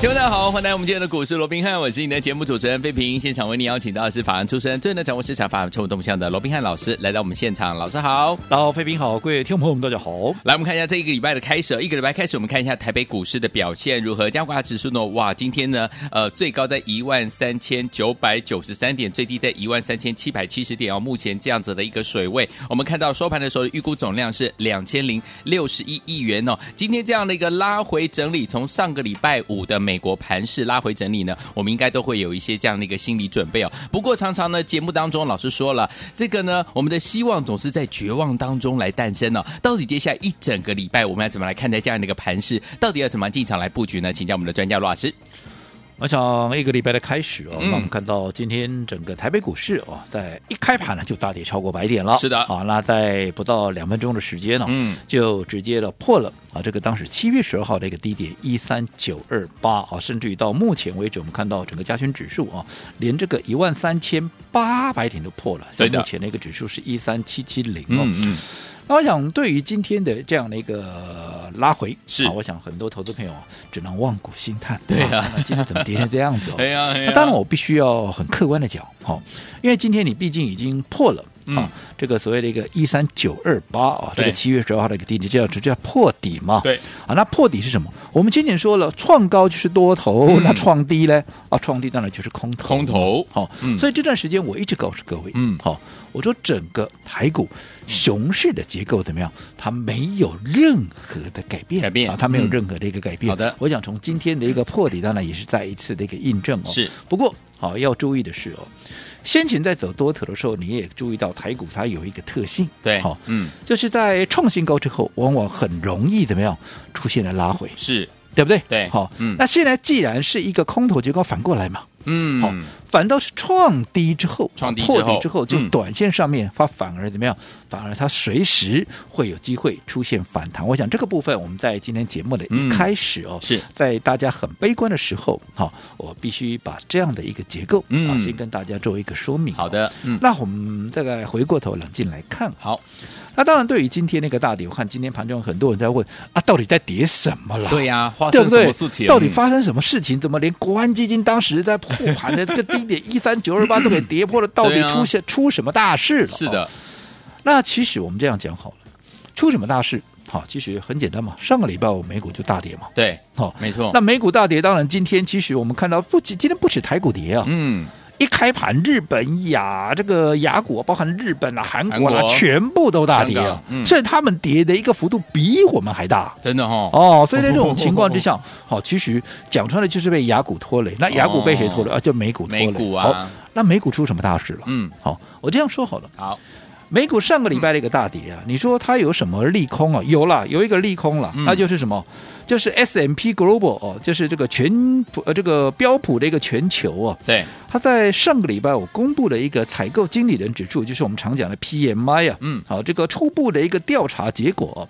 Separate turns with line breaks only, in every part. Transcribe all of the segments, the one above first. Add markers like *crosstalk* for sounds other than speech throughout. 听众大家好，欢迎来我们今天的股市罗宾汉，我是你的节目主持人费平。现场为你邀请到的是法案出身、最能掌握市场法律臭动向的罗宾汉老师来到我们现场，老师好。
然后，飞平好，各位听众朋友们，大家好。
来，我们看一下这一个礼拜的开始，一个礼拜开始，我们看一下台北股市的表现如何。加挂指数呢？哇，今天呢，呃，最高在一万三千九百九十三点，最低在一万三千七百七十点哦。目前这样子的一个水位，我们看到收盘的时候，预估总量是两千零六十一亿元哦。今天这样的一个拉回整理，从上个礼拜五的美国盘势拉回整理呢，我们应该都会有一些这样的一个心理准备哦。不过常常呢，节目当中老师说了，这个呢，我们的希望总是在绝望当中来诞生哦。到底接下来一整个礼拜，我们要怎么来看待这样的一个盘势？到底要怎么进场来布局呢？请教我们的专家罗老师。
我想一个礼拜的开始哦，
嗯
那我们看到今天整个台北股市哦，在一开盘呢就大跌超过百点了。
是的
好，那在不到两分钟的时间呢、
嗯
就直接的破了啊，这个当时七月十二号的一个低点一三九二八啊，甚至于到目前为止，我们看到整个加权指数啊，连这个一万三千八百点都破了，
对
所
的
以目前的一个指数是一三七七零哦。
嗯嗯，
那我想，对于今天的这样的一个呃拉回，
是
啊，我想很多投资朋友啊，只能望股兴叹。
对啊
那今天怎么跌成这样子哦？
*laughs* 哎呀哎呀
那当然，我必须要很客观的讲，哦，因为今天你毕竟已经破了。
嗯
啊，这个所谓的一个一三九二八啊，这
对
个七月十二号的一个低点，这叫这叫破底嘛？
对
啊，那破底是什么？我们先前说了，创高就是多头，
嗯
那创低呢？啊，创低当然就是空头嘛。
空头
好、
嗯
所以这段时间我一直告诉各位，
嗯
好、我说整个台股熊市的结构怎么样？它没有任何的改变，
改变
啊，它没有
嗯
任何的一个改变。
好的
我想从今天的一个破底，当然也是再一次的一个印证哦。
是，
不过好、要注意的是哦，先前在走多头的时候，你也注意到台股它有一个特性，
对，
好、
嗯，
就是在创新高之后，往往很容易怎么样出现了拉回，
是，
对不对？
对
好、
嗯
那现在既然是一个空头结构，反过来嘛，好、
嗯，
反倒是创低之后，
创低之
破
后
底之后，就
嗯
短线上面它反而怎么样？反而它随时会有机会出现反弹。我想这个部分我们在今天节目的一
嗯
开始哦，
是
在大家很悲观的时候，好、我必须把这样的一个结构，
嗯
啊，先跟大家做一个说明。
好的，嗯，
那我们再来回过头冷静来看，
好，
那当然对于今天那个大跌，我看今天盘中很多人在问啊，到底在跌什么了？
对呀，发
对
生
不
什
对
么事情？？
到底发生什么事情？怎么连国安基金当时在破盘的这个低点一三九二八都给跌破了？到底
对啊
出现、出什么大事了？
是的
哦，，那其实我们这样讲好了，出什么大事？好、其实很简单嘛，上个礼拜我美股就大跌嘛，
对，
好、
没错
那，美股大跌，当然今天其实我们看到不止今天不止台股跌啊，
嗯，
一开盘日本雅这个雅股啊，包含日本啊、韩国
韩
啊，
国
全部都大跌
香
啊
港，嗯
甚至他们跌的一个幅度比我们还大。
真的哦，
哦，所以在这种情况
*laughs*
之下，好、其实讲穿了就是被雅股拖累。那雅股被谁拖累、
哦
啊？就美股拖累。
美股啊
好，那美股出什么大事了？
嗯，
好、我这样说好了，
好，
美股上个礼拜的一个大跌啊，你说它有什么利空啊？有啦，有一个利空了，
嗯
那就是什么？就是 S M P Global 哦，就是这个全普呃这个标普的一个全球啊，
对，
它在上个礼拜我公布了一个采购经理人指数，就是我们常讲的 PMI 啊，
嗯
好，这个初步的一个调查结果，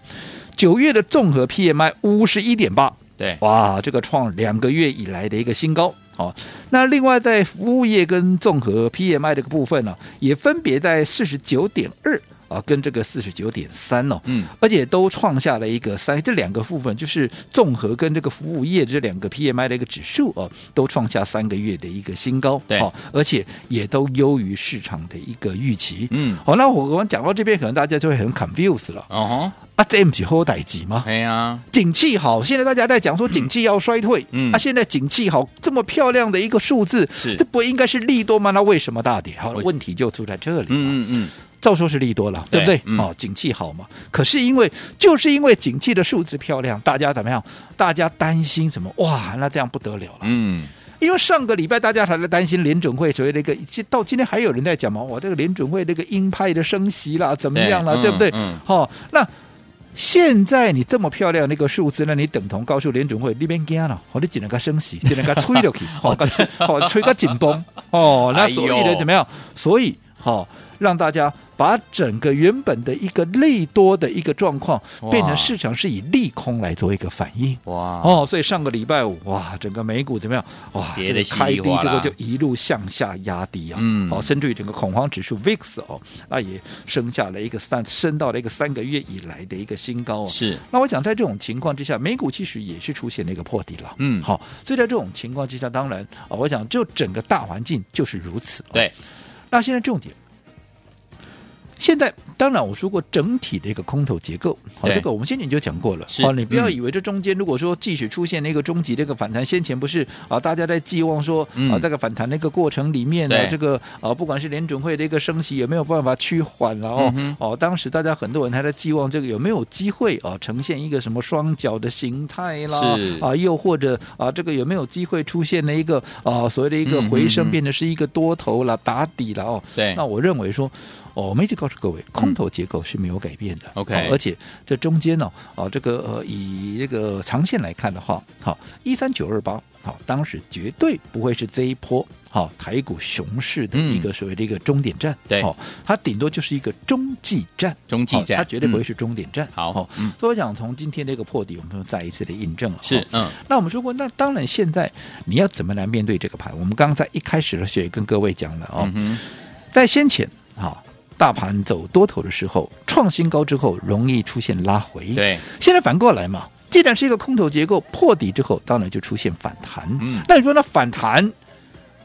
九月的综合 PMI 五十一点八，
对，
哇，这个创两个月以来的一个新高。好，那另外在服务业跟综合 PMI 这个部分呢、也分别在四十九点二啊，跟这个四十九点三哦，
嗯，
而且都创下了一个三，这两个部分就是综合跟这个服务业这两个 PMI 的一个指数哦，都创下三个月的一个新高，
对
哦，而且也都优于市场的一个预期。
嗯，
好，那我我们讲到这边，可能大家就会很 confused 了
哦
啊，这不是好代志吗
吼，？哎呀，
景气好，现在大家在讲说景气要衰退，
嗯
啊，现在景气好，这么漂亮的一个数字，
是
这不应该是利多吗？那为什么大跌？好，
我
问题就出在这里。
嗯嗯嗯，
照说是利多了，对不
对
对？
嗯
哦，景气好嘛。可是因为就是因为景气的数字漂亮，大家怎么样？大家担心什么？哇，那这样不得了了。
嗯，
因为上个礼拜大家还在担心联准会所谓的一个，其到今天还有人在讲嘛，我这个联准会这个鹰派的升息啦，怎么样啦，
对
对不对？
嗯
好、那现在你这么漂亮的一个数字，那你等同告诉联准会那边干了，我就只能个升息，只能个吹 *laughs* 落去，好、哦，吹好吹个紧绷哦，那所以
哎
呢
呦
怎么样？所以好、让大家把整个原本的一个利多的一个状况
哇，
变成市场是以利空来做一个反应。
哇，
哦，所以上个礼拜五哇，整个美股怎么样？哇，
跌得
这个开
稀
低
里哗
之
啦
后就一路向下压低啊，
嗯
哦，甚至于整个恐慌指数 VIX 哦，那也升下了一个三，升到了一个三个月以来的一个新高啊。
是
那我想在这种情况之下，美股其实也是出现了一个破底了。
嗯
好，所以在这种情况之下，当然啊、我想就整个大环境就是如此、哦。
对，
那现在重点。现在当然我说过整体的一个空头结构，好，
对
这个我们先前就讲过了。
是
好，你不要
嗯
以为这中间如果说即使出现了一个终极的一个反弹，先前不是啊，大家在寄望说
嗯
啊，这个反弹的一个过程里面呢
对，
这个啊，不管是联准会的一个升息有没有办法趋缓，然后
嗯
哦，当时大家很多人还在寄望这个有没有机会啊，呈现一个什么双脚的形态啦
是，
啊，又或者啊，这个有没有机会出现了一个啊所谓的一个
嗯嗯
回升
嗯哎
变。变得是一个多头了，打底了哦。
对
那我认为说。哦，我们一直告诉各位，空头结构是没有改变的。
OK
哦而且这中间呢、哦，这个呃，以这个长线来看的话，好、一三九二八，好，当时绝对不会是这一波好、台股熊市的一个所谓的一个终点站。
嗯对
哦，它顶多就是一个中继站，
中继站嗯
哦它绝对不会是终点站。
好
哦
嗯
所以我想从今天这个破底，我们又再一次的印证了。哦
是，嗯，
那我们说过，那当然现在你要怎么来面对这个盘？我们刚刚在一开始的时候也跟各位讲了哦，
嗯
在先前啊、大盘走多头的时候，创新高之后容易出现拉回，
哼，，对，
现在反过来嘛。既然是一个空头结构破底之后，当然就出现反弹。
嗯
那你说那反弹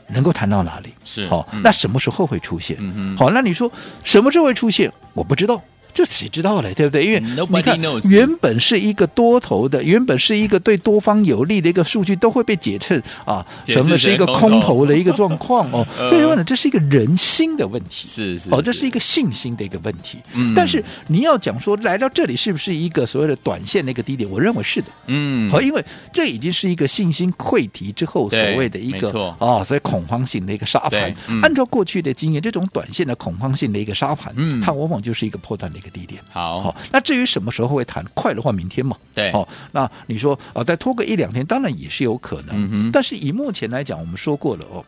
能够弹到哪里？
是
好、
嗯
那什么时候会出现？
嗯哼，
好，那你说什么时候会出现？我不知道，这谁知道嘞？对不对？因为
嗯 Nobody
你看
knows
原本是一个多头的，原本是一个对多方有利的一个数据，都会被解称啊，
解释
什么是一个
成空头
空头的一个状
*laughs*。
况哦
呃
所以说呢，这是一个人心的问题。
是是，
哦，这是一
个
个信心的一个问题，
嗯
但是你要讲说来到这里是不是一个所谓的短线的一个低点？我认为是的，哦
嗯
好，因为这已经是一个信心溃堤之后所
对
谓的一
没
个
错
啊，所以恐慌性的一个杀盘
对。嗯
按照过去的经验，这种短线的恐慌性的一个杀盘，
嗯哦
它往往就是一个破断的一个低点。好、
好，
那至于什么时候会谈，快的话明天嘛。
对
好、哦那你说啊、呃再拖个一两天，当然也是有可能。
嗯哼
但是以目前来讲，我们说过了哦，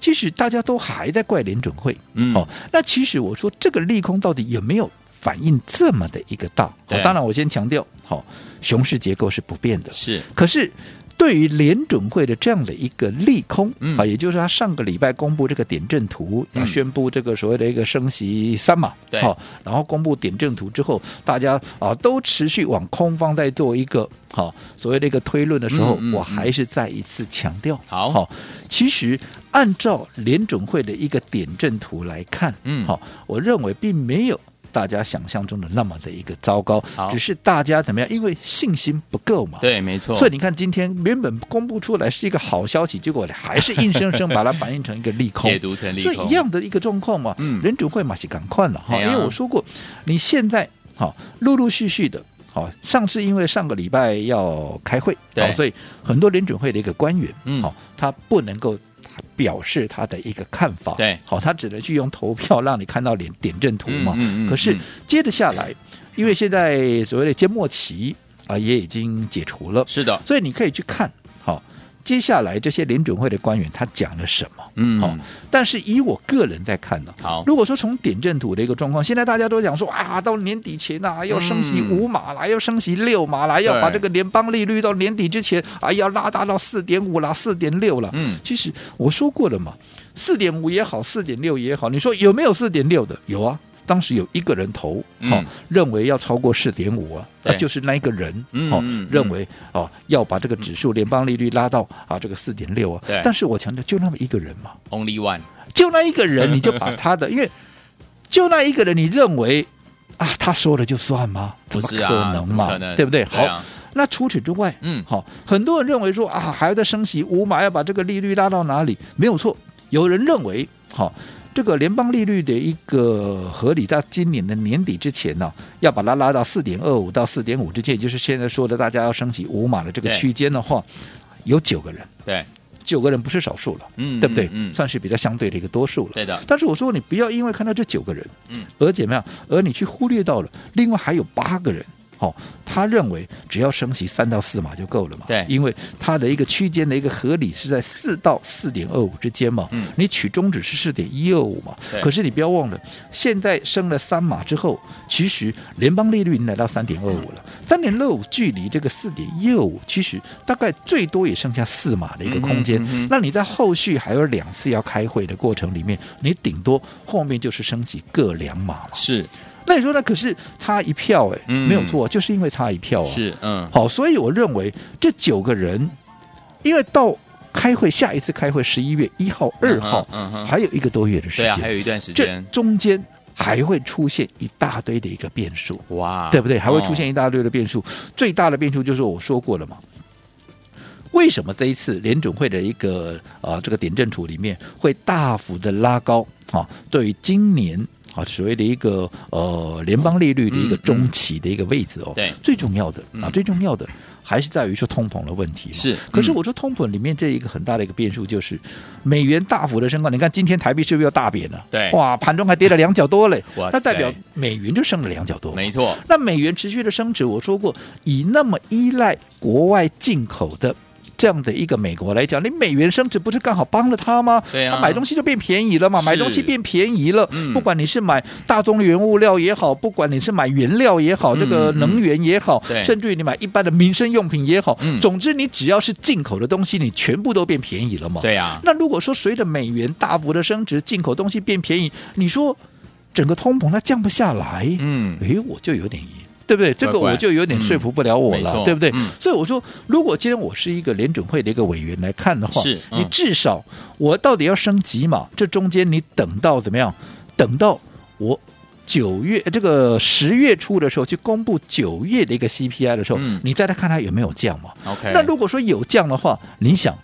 其实大家都还在怪联准会。
嗯
哦，那其实我说这个利空到底有没有反应这么的一个大？
对
哦当然我先强调，好、熊市结构是不变的。
是
可是。对于联准会的这样的一个利空、
嗯
啊，也就是他上个礼拜公布这个点阵图，
嗯
啊，宣布这个所谓的一个升息三嘛，
对
好、然后公布点阵图之后，大家啊都持续往空方在做一个好、所谓的一个推论的时候，
嗯嗯
我
嗯
还是再一次强调，
好
好、其实按照联准会的一个点阵图来看，
嗯
好、我认为并没有。大家想象中的那么的一个糟糕
好，
只是大家怎么样？因为信心不够嘛，
对，没错，
所以你看，今天原本公布出来是一个好消息，结果还是硬生生把它反映成一个利空
解。读成利
所
空
以一样的一个状况嘛，
嗯
人主会嘛是赶快了哈，
哎
因
呀
为我说过，你现在好、陆陆续续的。好，上次因为上个礼拜要开会，
对
好，所以很多联准会的一个官员，
嗯
好，他不能够表示他的一个看法，
对
好，他只能去用投票让你看到点点阵图嘛。
嗯嗯嗯
可是
嗯
接着下来，因为现在所谓的缄默期啊也已经解除了，
是的，
所以你可以去看，好，接下来这些联准会的官员他讲了什么。
嗯，
好、但是以我个人在看呢，
好
如果说从点阵图的一个状况，现在大家都讲说啊，到年底前呐、要升息
嗯
五码啦，要升息六码啦，要把这个联邦利率到年底之前，啊，要拉大到四点五啦，四点六啦。
嗯
其实我说过了嘛，四点五也好，四点六也好，你说有没有四点六的？有啊。当时有一个人投，
嗯
好、认为要超过四点五啊，那
对
就是那一个人，
嗯
哦
嗯嗯，
认为哦要把这个指数联邦利率拉到啊这个四点六啊
对，
但是我强调就那么一个人嘛，
，Only One，
就那一个人，你就把他的，因为就那一个人，你认为啊，他说了就算吗？
不是啊
怎么可能
怎么
嘛？
可能
对不对？好，
对啊
那除此之外，
嗯
好，很多人认为说啊，还要再升息五码，要把这个利率拉到哪里？没有错，有人认为，好。这个联邦利率的一个合理，到今年的年底之前呢、要把它拉到四点二五到四点五之间，也就是现在说的大家要升息五码的这个
对
区间的话，有九个人，
对，
九个人不是少数了，
嗯
对不对？
嗯嗯
算是比较相对的一个多数了。
对的
但是我说你不要因为看到这九个人，
嗯，
而怎么样，而你去忽略到了另外还有八个人。哦，他认为只要升息三到四码就够了嘛。
对
因为它的一个区间的一个合理是在四到四点二五之间嘛。
嗯
你取中指是四点一二五嘛
对。
可是你不要忘了，现在升了三码之后，其实联邦利率已经来到三点二五了，三点二五距离这个四点一二五，其实大概最多也剩下四码的一个空间。
嗯哼嗯哼
那你在后续还有两次要开会的过程里面，你顶多后面就是升级各两码嘛。
是
那你说呢？可是差一票哎、
嗯
没有错，就是因为差一票啊。
是，嗯，
好，所以我认为这九个人，因为到开会下一次开会十一月一号、二号，
嗯哼
还有一个多月的时
对
间，
啊，还有一段时
这
间，
中间还会出现一大堆的一个变数，
哇，
对不对？还会出
哦
现一大堆的变数。最大的变数就是我说过了嘛。为什么这一次联准会的一个呃这个点阵图里面会大幅的拉高啊？对于今年啊所谓的一个呃联邦利率的一个
嗯嗯
中期的一个位置哦，
对嗯
最重要的啊，最重要的还是在于说通膨的问题嘛。
是
可是
嗯
我说通膨里面这一个很大的一个变数就是美元大幅的升高，你看今天台币是不是又大贬了？
对
哇，盘中还跌了两角多嘞
哇，
那代表
塞
美元就升了两角多嘛。
没错，
那美元持续的升值，我说过，以那么依赖国外进口的。这样的一个美国来讲，你美元升值不是刚好帮了他吗？
对啊
他买东西就变便宜了嘛，
是
买东西变便宜了。
嗯
不管你是买大宗原物料也好，不管你是买原料也好，
嗯
这个能源也好，
对
甚至于你买一般的民生用品也好，
嗯
总之你只要是进口的东西，你全部都变便宜了嘛。
对啊，
那如果说随着美元大幅的升值，进口东西变便宜，你说整个通膨它降不下来，
嗯，
诶，哎我就有点疑，对不对？这个
怪
我就有点说服不了我
嗯没
了，
错
对不对？
嗯
所以我说，如果今天我是一个联准会的一个委员来看的话，
是嗯
你至少我到底要升级嘛？这中间你等到怎么样？等到我。九月呃这个十月初的时候去公布九月的一个 CPI 的时候，
嗯
你再来看它有没有降嘛？
OK，
那如果说有降的话，你想，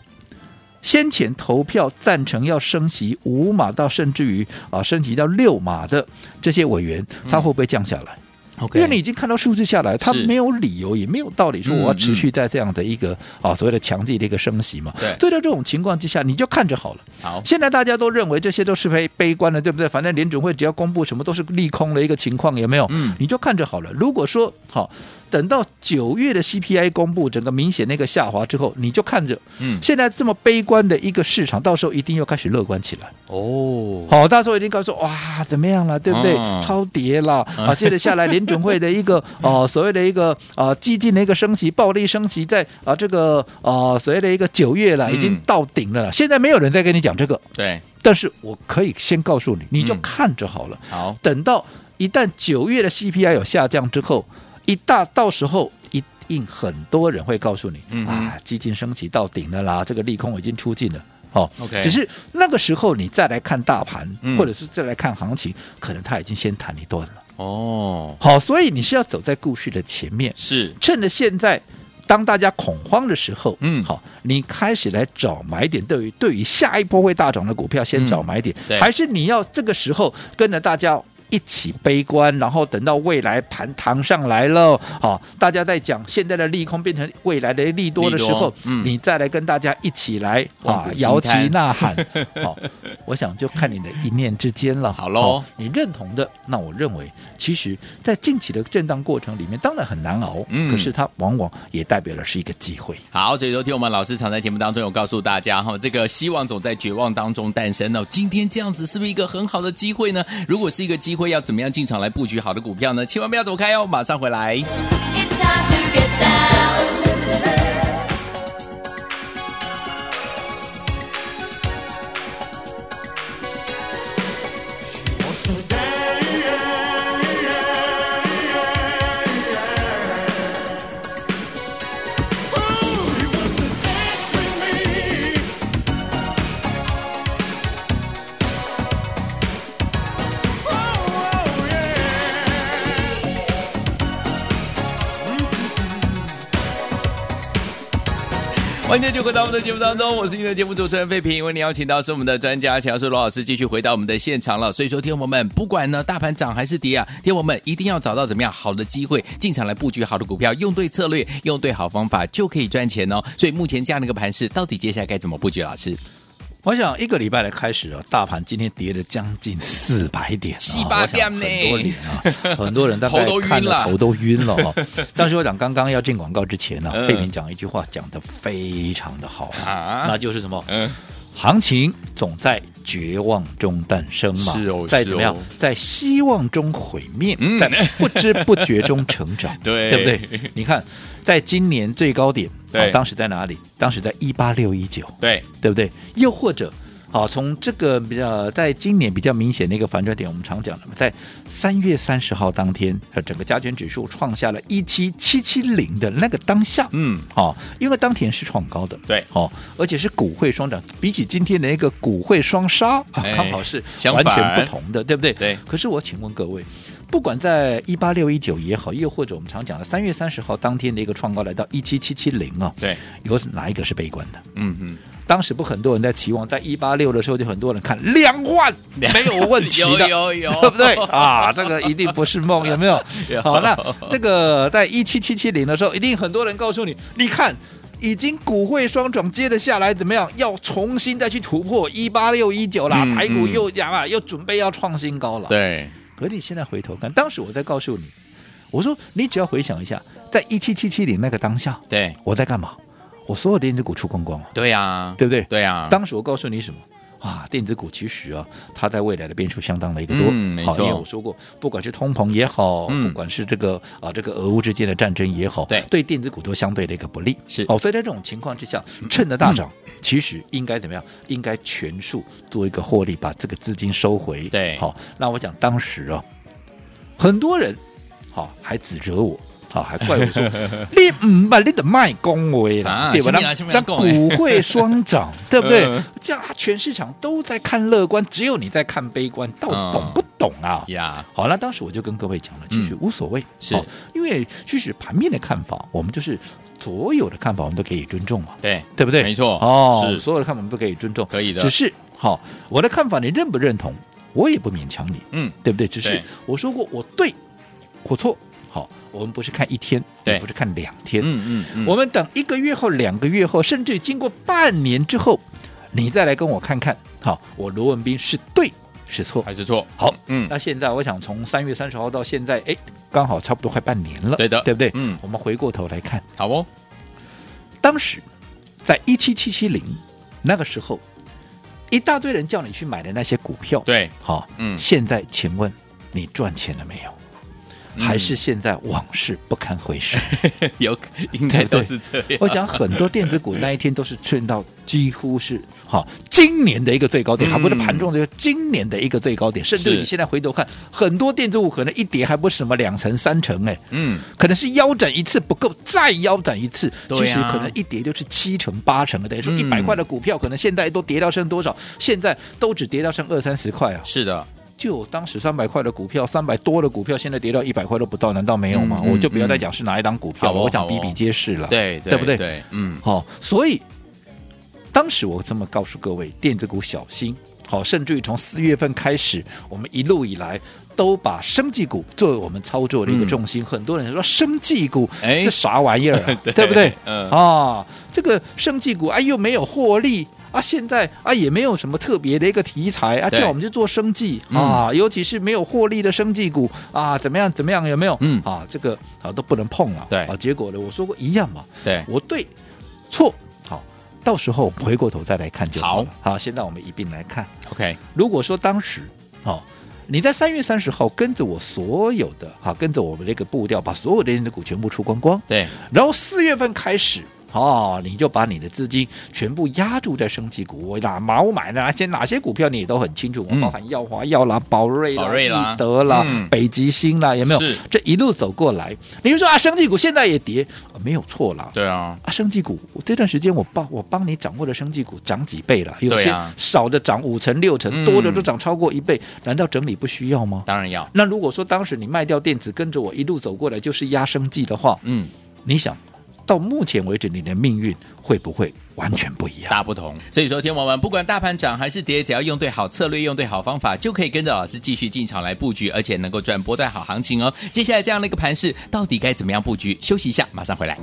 先前投票赞成要升级五码到甚至于啊升级到六码的这些委员，他会不会降下来？
嗯 OK，
因为你已经看到数字下来，他
是
没有理由也没有道理说
嗯
我要持续在这样的一个、啊所谓的强劲的一个升息嘛。
对
对到这种情况之下，你就看着好了。
好，
现在大家都认为这些都是悲悲观的，对不对？反正联准会只要公布什么都是利空的一个情况，有没有？
嗯
你就看着好了。如果说好，等到九月的 CPI 公布，整个明显那个下滑之后，你就看着
嗯，
现在这么悲观的一个市场，到时候一定又开始乐观起来。
哦，
好，到时候一定告诉哇，怎么样了，对不对？
嗯
超
*laughs*
跌了啊！接着下来，联准会的一个哦、呃所谓的一个啊，激进的一个升息，暴力升息，在啊、这个啊，所谓的一个九月了，已经
嗯
到顶了啦。现在没有人再跟你讲这个，
对，
但是我可以先告诉你，你就
嗯
看着好了。
好，
等到一旦九月的 CPI 有下降之后，一大到时候一定很多人会告诉你、
嗯哼
啊，基金升级到顶了啦，这个利空已经出尽了。哦
OK
只是那个时候你再来看大盘，
嗯
或者是再来看行情，可能它已经先弹一段了。
哦，
好，所以你是要走在故事的前面，
是，
趁着现在当大家恐慌的时候，
嗯
好，你开始来找买点，对于对于下一波会大涨的股票先找买点，
嗯对
还是你要这个时候跟着大家？一起悲观，然后等到未来盘弹上来了，好、大家在讲现在的利空变成未来的利多的时
利
候
多，嗯
你再来跟大家一起来
望
啊
股兴
摇旗
叹
呐喊，好、我想就看你的一念之间
*laughs*
了。
好喽
哦你认同的，那我认为，其实，在近期的震荡过程里面，当然很难熬，
嗯
可是它往往也代表了是一个机会。
好，所以昨天我们老师常在节目当中有告诉大家哈，这个希望总在绝望当中诞生哦。今天这样子是不是一个很好的机会呢？如果是一个机会，要怎么样进场来布局好的股票呢？千万不要走开哦，马上回来。
It's time to get down.
欢迎继续回到我们的节目当中，我是你的节目主持人费平，为你邀请到是我们的专家乔师罗老师继续回到我们的现场了。所以说，天友们，不管呢大盘涨还是跌啊，天友们一定要找到怎么样好的机会进场来布局好的股票，用对策略，用对好方法就可以赚钱哦。所以目前这样的一个盘势，到底接下来该怎么布局？老师，
我想一个礼拜的开始啊，大盘今天跌了将近四百点、啊，
四百点呢
我想很多人啊，很多
*laughs* 头都晕
人大概看
了
了头都晕了
*laughs*
哦。但是我讲刚刚要进广告之前呢、
嗯
费平讲一句话讲的非常的好
啊
那就是什么？
嗯，
行情总在绝望中诞生嘛，
是哦
在怎么样，
是哦
在希望中毁灭，
嗯
在不知不觉中成长，
*laughs* 对
对不对？你看，在今年最高点，
对
啊当时在哪里？当时在一八六一九，
对，
对不对？又或者，好、从这个比较，在今年比较明显的一个反转点，我们常讲的嘛，在三月三十号当天，呃整个加权指数创下了一七七七零的那个当下，
嗯，
哦，因为当天是创高的，
对
哦，而且是股汇双涨，比起今天的一个股汇双杀啊，
哎
刚好是
相
完
反
全不同的，对不对？
对
可是我请问各位，不管在一八六一九也好，又或者我们常讲的三月三十号当天的一个创高来到一七七七零啊，
对，
有哪一个是悲观的？
嗯嗯，
当时不很多人在期望，在一八六的时候就很多人看两万没有问题的，
有有有
对不对啊？这个一定不是梦，有没有？
*laughs* 有
好，那这个在一七七七零的时候，一定很多人告诉你，你看。已经股汇双涨，接着下来怎么样？要重新再去突破一八六一九啦，
嗯
台股
嗯
又呀嘛，又准备要创新高了。
对，
可是你现在回头看，当时我在告诉你，我说你只要回想一下，在一七七七零那个当下，
对，
我在干嘛？我所有的电子股出光光了，
对呀，
对不对？
对呀，
当时我告诉你什么？啊，电子股其实啊，它在未来的变数相当的一个多。
嗯没
好，因为
错
我说过，不管是通膨也好，
嗯
不管是这个啊这个俄乌之间的战争也好，
对
对电子股都相对的一个不利。
是嗯
哦，所以在这种情况之下，趁着大涨，其实应该怎么样？应该全数做一个获利，把这个资金收回。
对
好，那我讲当时啊，很多人好、还指责我。好，还怪我
*laughs*
说你唔捌，你得卖恭维啦，
啊
对吧？
什么啦
让
什么啦
让
讲的
股会双
*laughs*
涨，对不对
嗯？
这样全市场都在看乐观，只有你在看悲观，到
嗯
底懂不懂啊？
呀，
好了，当时我就跟各位讲了，其实
嗯
无所谓，
是
好因为其实盘面的看法，我们就是所有的看法，我们都可以尊重嘛，
对，
对不对？
没错
哦，
是
所有的看法我们都可以尊重，
可以的
只是好、我的看法你认不认同，我也不勉强你，
嗯，
对不对？只是
对
我说过我对或错，好、我们不是看一天，
对
也不是看两天，
嗯嗯嗯，
我们等一个月后、两个月后，甚至经过半年之后，你再来跟我看看，好，我罗文斌是对是错？
还是错，
好，
嗯，
那现在我想从三月三十号到现在，哎，刚好差不多快半年了，
对的
对不对？
嗯
我们回过头来看，
好哦，
当时在一七七七零那个时候，一大堆人叫你去买的那些股票，，
对， *laughs*
好，
嗯
现在请问你赚钱了没有？
嗯
还是现在往事不堪回首？
有应该都是这样，
我讲很多电子股那一天都是趁到几乎是哈今年的一个最高
嗯
点，还不是盘中的今年的一个最高点，甚至
是
你现在回头看，很多电子股可能一跌还不是什么两成三成哎。
嗯，
可能是腰斩一次不够，再腰斩一次，其
对
实
啊
可能一跌就是七成八成了。等于说，
嗯
一百块的股票，可能现在都跌到剩多少？现在都只跌到剩二三十块啊！
是的，
就当时三百块的股票，三百多的股票，现在跌到一百块都不到，难道没有吗？
嗯嗯
我就不要再讲是哪一档股票了，
嗯
我讲
好哦
比比皆是了，
对
对不对？
对，嗯，
好、所以当时我这么告诉各位，电子股小心。好，甚至于从四月份开始，我们一路以来都把生技股作为我们操作的一个重心。很多人说生技股，
嗯哎
这啥玩意儿、啊
*laughs* 对
不对？
嗯
啊，这个生技股，哎，又没有获利啊，现在啊也没有什么特别的一个题材啊，
对
叫我们去做生技、
嗯
啊，尤其是没有获利的生技股啊，怎么样怎么样，有没有？
嗯
啊，这个啊都不能碰了。
对
啊，结果呢，我说过一样嘛，
对，
我对错好，到时候回过头再来看就好了。好，现在我们一并来看。
OK，
如果说当时哦，你在三月三十号跟着我所有的哈、跟着我们这个步调，把所有的电子股全部出光光，
对，
然后四月份开始。哦，你就把你的资金全部压注在升级股，我哪毛买哪些哪些股票你也都很清楚，我
嗯
包含耀华、耀啦、宝瑞啦、
宝瑞啦
易德啦、
嗯
北极星啦，有没有
是？
这一路走过来，你就说啊，升级股现在也跌，啊没有错啦，
对啊，
啊，生技股，我这段时间我帮我帮你掌握的生技股涨几倍了，有
对
些
啊
少的涨五成六成，
嗯
多的都涨超过一倍，难道整理不需要吗？
当然要，
那如果说当时你卖掉电子，跟着我一路走过来就是压生技的话，
嗯，
你想到目前为止你的命运会不会完全不一样？
大不同。所以说，天王们，不管大盘涨还是跌，只要用对好策略，用对好方法，就可以跟着老师继续进场来布局，而且能够赚波段好行情哦。接下来这样的一个盘势，到底该怎么样布局？休息一下，马上回来。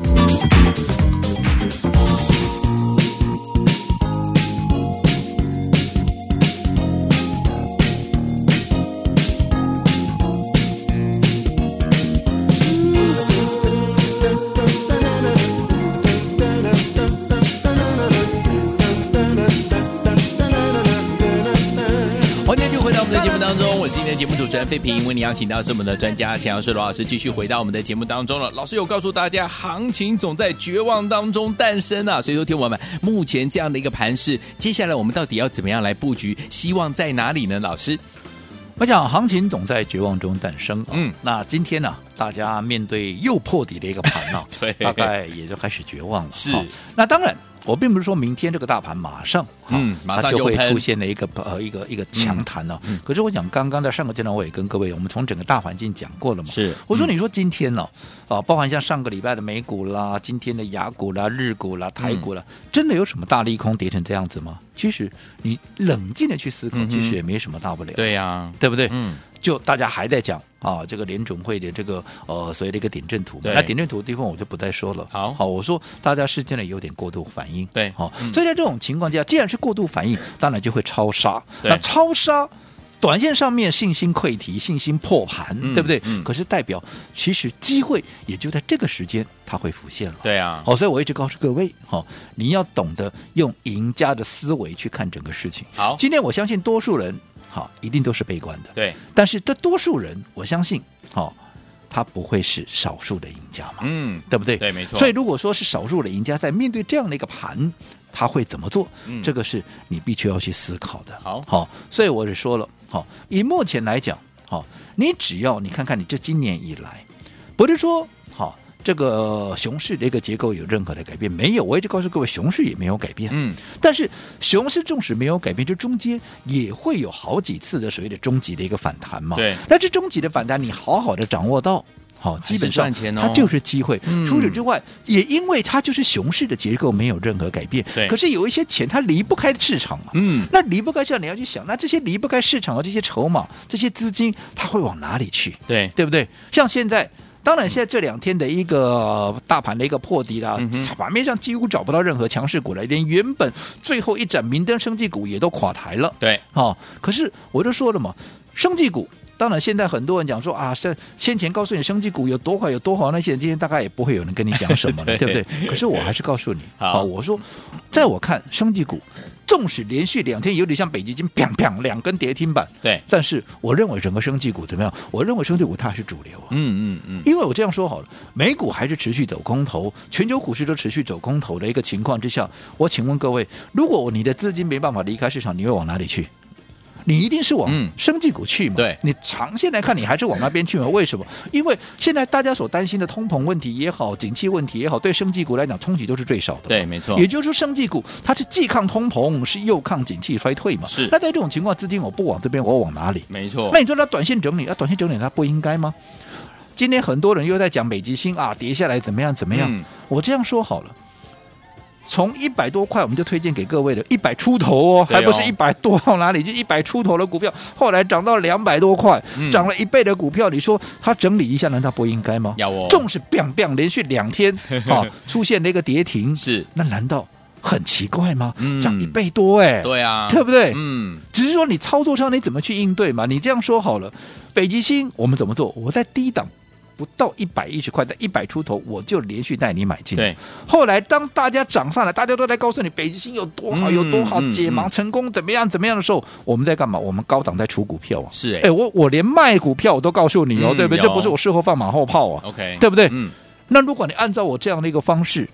当中，我是今天的节目主持人费平，为你邀请到是我们的专家钱老师罗老师，继续回到我们的节目当中了。老师有告诉大家，行情总在绝望当中诞生啊，所以说，听我们目前这样的一个盘势，接下来我们到底要怎么样来布局？希望在哪里呢？老师，
我讲行情总在绝望中诞生、啊，
嗯
嗯，那今天呢、大家面对又破底的一个盘呢、
*laughs* 对
大概也就开始绝望了。
是
好那当然，我并不是说明天这个大盘马上，好
嗯马上
它就
就
会
喷嗯
出现了一个呃一个一个强弹了、可是我讲刚刚在上个阶段我也跟各位，我们从整个大环境讲过了嘛，
是
我说
嗯
你说今天呢、啊，包含像上个礼拜的美股啦，今天的雅股啦、日股
嗯
啦、台股啦，真的有什么大利空跌成这样子吗？其实你冷静的去思考，
嗯哼
其实也没什么大不了。
对呀、啊，
对不对？
嗯，
就大家还在讲啊，这个联准会的这个呃所谓的一个点阵图嘛，
对
那点阵图的地方我就不再说了。
好
好，我说大家是真的有点过度反应，
对
好、
嗯
所以在这种情况下，既然是过度反应，当然就会超杀。
对
那超杀。短线上面信心溃堤、信心破盘，
嗯
对不对？
嗯
可是代表其实机会也就在这个时间，它会浮现了。
对啊，
好、所以我一直告诉各位，好、你要懂得用赢家的思维去看整个事情。
好
今天我相信多数人，好、一定都是悲观的。
哦对，
但是这多数人，我相信，哦，他不会是少数的赢家嘛，
嗯，
对不对？
对没错
所以如果说是少数的赢家在面对这样的一个盘，他会怎么做？
嗯
这个是你必须要去思考的。
好
好、所以我也说了，好、以目前来讲，好、你只要你看看你这今年以来，不是说好、这个熊市的一个结构有任何的改变没有？我一直告诉各位，熊市也没有改变。
嗯，
但是熊市纵使没有改变，这中间也会有好几次的所谓的终极的一个反弹嘛。
对
那这终极的反弹，你好好的掌握到。好，基
还是
本
赚
上
钱哦
它就是机会。
嗯
除此之外，也因为它就是熊市的结构没有任何改变。
对
可是有一些钱它离不开市场嘛。
嗯
那离不开市场，你要去想，那这些离不开市场的这些筹码、这些资金，它会往哪里去？
对，
对不对？像现在，当然现在这两天的一个大盘的一个破底啦，
嗯
盘面上几乎找不到任何强势股了，连原本最后一盏明灯生技股也都垮台了。
对，
哦，可是我就说了嘛，生技股。当然，现在很多人讲说啊，是先前告诉你生技股有多好有多好，那些人今天大概也不会有人跟你讲什么
*laughs* 对
了，对不对？可是我还是告诉你，
好
啊我说，在我看生技股，纵使连续两天有点像北极星，砰砰两根跌停板，
对
但是我认为整个生技股怎么样？我认为生技股它还是主流啊。
嗯嗯嗯，
因为我这样说好了，美股还是持续走空头，全球股市都持续走空头的一个情况之下，我请问各位，如果你的资金没办法离开市场，你会往哪里去？你一定是往
嗯
生技股去嘛？
对
你长线来看，你还是往那边去嘛？为什么？因为现在大家所担心的通膨问题也好，景气问题也好，对生技股来讲，冲击都是最少的嘛。
对，没错
也，就是说，生技股它是既抗通膨，是又抗景气衰退嘛。
是
那在这种情况，资金我不往这边，我往哪里？
没错
那，你说它短线整理，那、啊短线整理它不应该吗？今天很多人又在讲美极星啊，跌下来怎么样怎么样？
嗯
我这样说好了。从一百多块，我们就推荐给各位的，一百出头哦，
对哦
还不是一百多到哪里？就一百出头的股票，后来涨到两百多块，
嗯
涨了一倍的股票，你说它整理一下，难道不应该吗？
要哦
纵使 biang biang 连续两
*laughs*
天啊出现了一个跌停，
是，
那难道很奇怪吗
嗯？
涨一倍多哎、
对啊，
对不对
嗯，
只是说你操作上你怎么去应对嘛？你这样说好了，北极星我们怎么做？我在低档不到一百一十块，在一百出头我就连续带你买进。
对，
后来当大家涨上来，大家都在告诉你北极星有多好、
嗯
有多好
嗯，
解
嗯
盲成功怎么样怎么样的时候，我们在干嘛？我们高档在出股票啊。
是哎、
哎，我我连卖股票我都告诉你哦，
嗯
对不
有
对？这不是我事后放马后炮啊。
o k
对不对
嗯，
那如果你按照我这样的一个方式，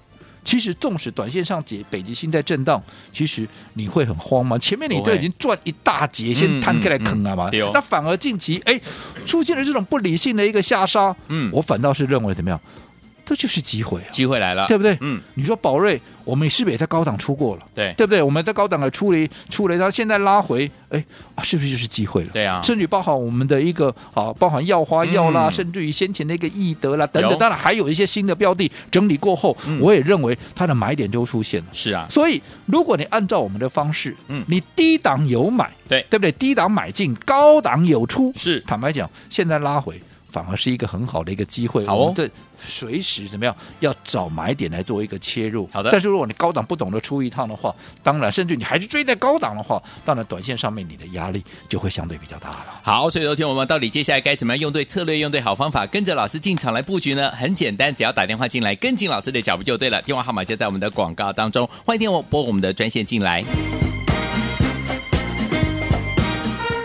其实纵使短线上解北极星在震荡，其实你会很慌吗？前面你
不
都
会
已经赚一大截，先摊开来啃啊
嗯
嘛。
嗯嗯对哦
那反而近期哎出现了这种不理性的一个下杀，
嗯
我反倒是认为怎么样，这就是机会啊，
机会来了，
对不对？
嗯，哎
你说宝瑞，我们是不是也在高档出过了？
对，
对不对？我们在高档的出了一出了一，它现在拉回，哎、啊是不是就是机会了？
对啊
甚至包含我们的一个啊，包含药花药啦，
嗯
甚至于先前的一个易德啦等
有
等，当然还有一些新的标的整理过后，
嗯
我也认为它的买点都出现了。
是啊，
所以，如果你按照我们的方式，
嗯
你低档有买，
对
对不对？低档买进，高档有出，
是
坦白讲，现在拉回反而是一个很好的一个机会。
好哦
我们这随时怎么样要找买点来做一个切入。
好的
但是如果你高档不懂得出一趟的话，当然，甚至你还是追在高档的话，当然短线上面你的压力就会相对比较大了。
好，所以昨天我们到底接下来该怎么样用对策略、用对好方法，跟着老师进场来布局呢？很简单，只要打电话进来，跟进老师的脚步就对了。电话号码就在我们的广告当中，欢迎电话拨我们的专线进来。